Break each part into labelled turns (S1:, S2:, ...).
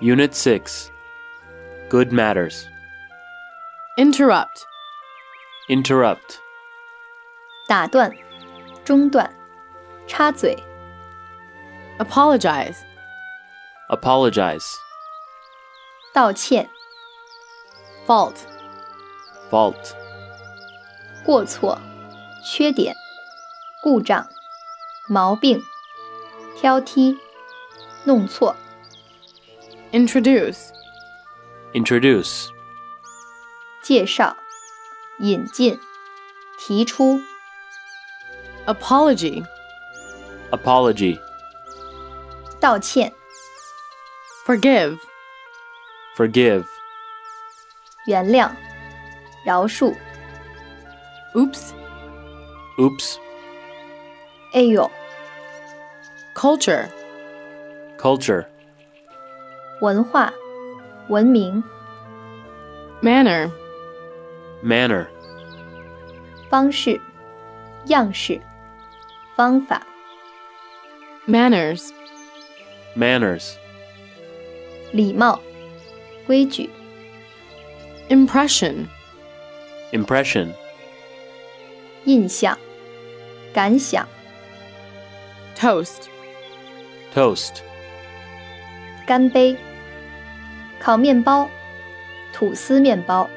S1: Unit 6 Good Matters
S2: interrupt,
S1: Interrupt
S3: 打断、中断、插嘴、
S2: apologize,
S1: Apologize
S3: 道歉、
S2: fault,
S1: Fault
S3: 过错、缺点、故障、毛病、挑剔、弄错、
S2: introduce,
S1: Introduce
S3: 介绍、引进、提出、
S2: apology,
S1: Apology
S3: 道歉、
S2: forgive,
S1: Forgive
S3: 原谅、饶恕。
S2: oops,
S1: Oops
S3: 哎呦，
S2: culture,
S1: Culture
S3: 文化、文明、
S2: manner,
S1: Manner
S3: 方式、样式、方法、
S2: manners,
S1: Manners
S3: 礼貌、规矩、
S2: impression,
S1: Impression
S3: 印象、感想、
S2: toast,
S1: Toast
S3: 干杯、烤面包、吐司面包、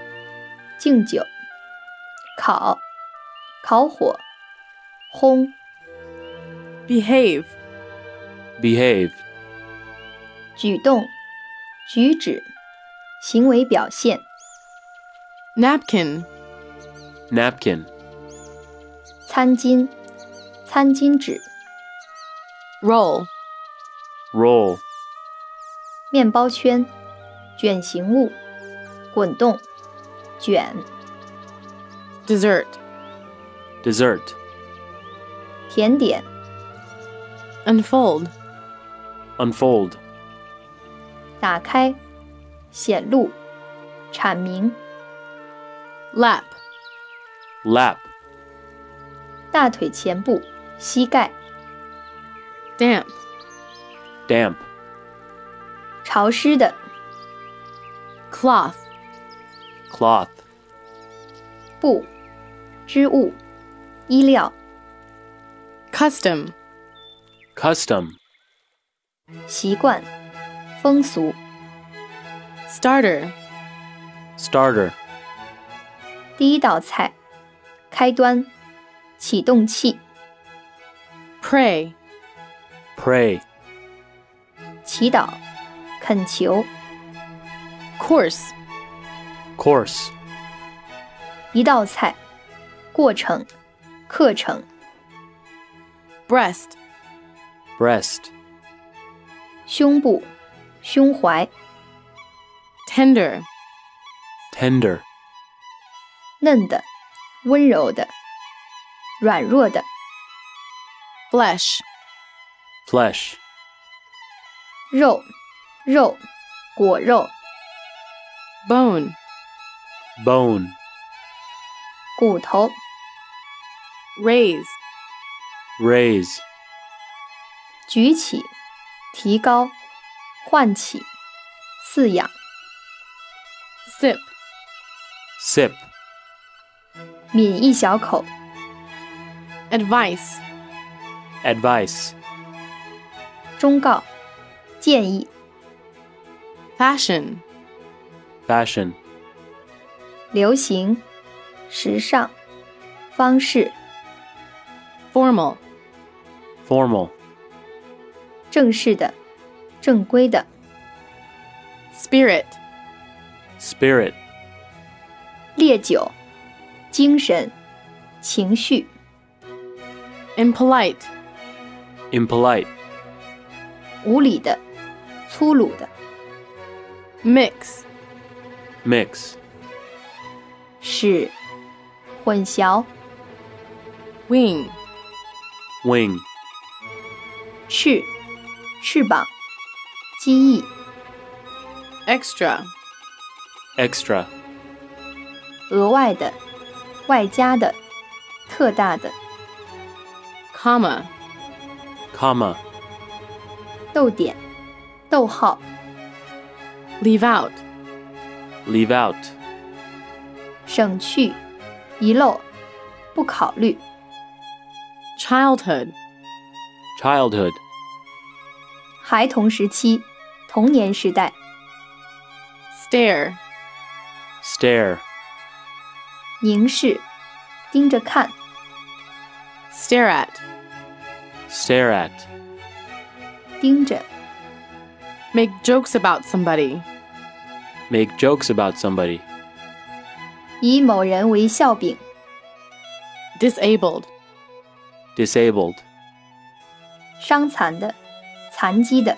S3: 敬酒、烤、烤火、烘、
S2: behave,
S1: Behave
S3: 举动、举止、行为表现、
S2: napkin,
S1: Napkin
S3: 餐巾、餐巾纸、
S2: roll,
S1: Roll
S3: 面包圈、卷形物、滚动、卷、
S2: dessert,
S1: Dessert
S3: 甜点、
S2: unfold,
S1: Unfold
S3: 打开、显露、阐明、
S2: lap,
S1: Lap
S3: 大腿前部、膝盖、
S2: damp,
S1: Damp
S3: 潮湿的、
S2: cloth,
S1: Cloth
S3: 布、织物、衣料、
S2: custom,
S1: Custom
S3: 习惯、风俗、
S2: starter,
S1: Starter
S3: 第一道菜、开端、启动器、
S2: pray,
S1: Pray
S3: 祈祷、恳求、
S2: course,
S1: Course
S3: 一道菜、过程、课程、
S2: breast,
S1: Breast
S3: 胸部、胸怀、
S2: tender,
S1: Tender
S3: 嫩的、温柔的、软弱的、
S2: flesh,
S1: Flesh
S3: 肉、肉、果肉、
S2: bone,
S1: Bone
S3: 骨头、
S2: raise,
S1: Raise
S3: 举起、提高、唤起、饲养、
S2: sip,
S1: Sip
S3: 抿一小口、
S2: advice,
S1: Advice
S3: 忠告、建议、
S2: fashion,
S1: Fashion
S3: 流行、时尚、方式、
S2: formal,
S1: Formal
S3: 正式的、正规的、
S2: spirit,
S1: Spirit
S3: 烈酒、精神、情绪、
S2: impolite,
S1: Impolite
S3: 无理的、粗鲁的、
S2: mix,
S1: Mix
S3: 使、混淆、
S2: wing,
S1: Wing
S3: 翅、翅膀、机翼、
S2: extra,
S1: Extra
S3: 额外的、外加的、特大的、
S2: comma,
S1: Comma
S3: 逗点、逗号、
S2: leave out,
S1: leave out,
S3: 省去、遗漏、不考虑、
S2: childhood,
S1: childhood,
S3: 孩童时期、童年时代、
S2: stare,
S1: stare,
S3: 凝视、盯着看、
S2: stare at,
S1: stare at,
S3: 盯着、
S2: make jokes about somebody,
S1: make jokes about somebody,
S3: 以某人为笑柄、
S2: disabled,
S1: disabled,
S3: 伤残的、残疾的、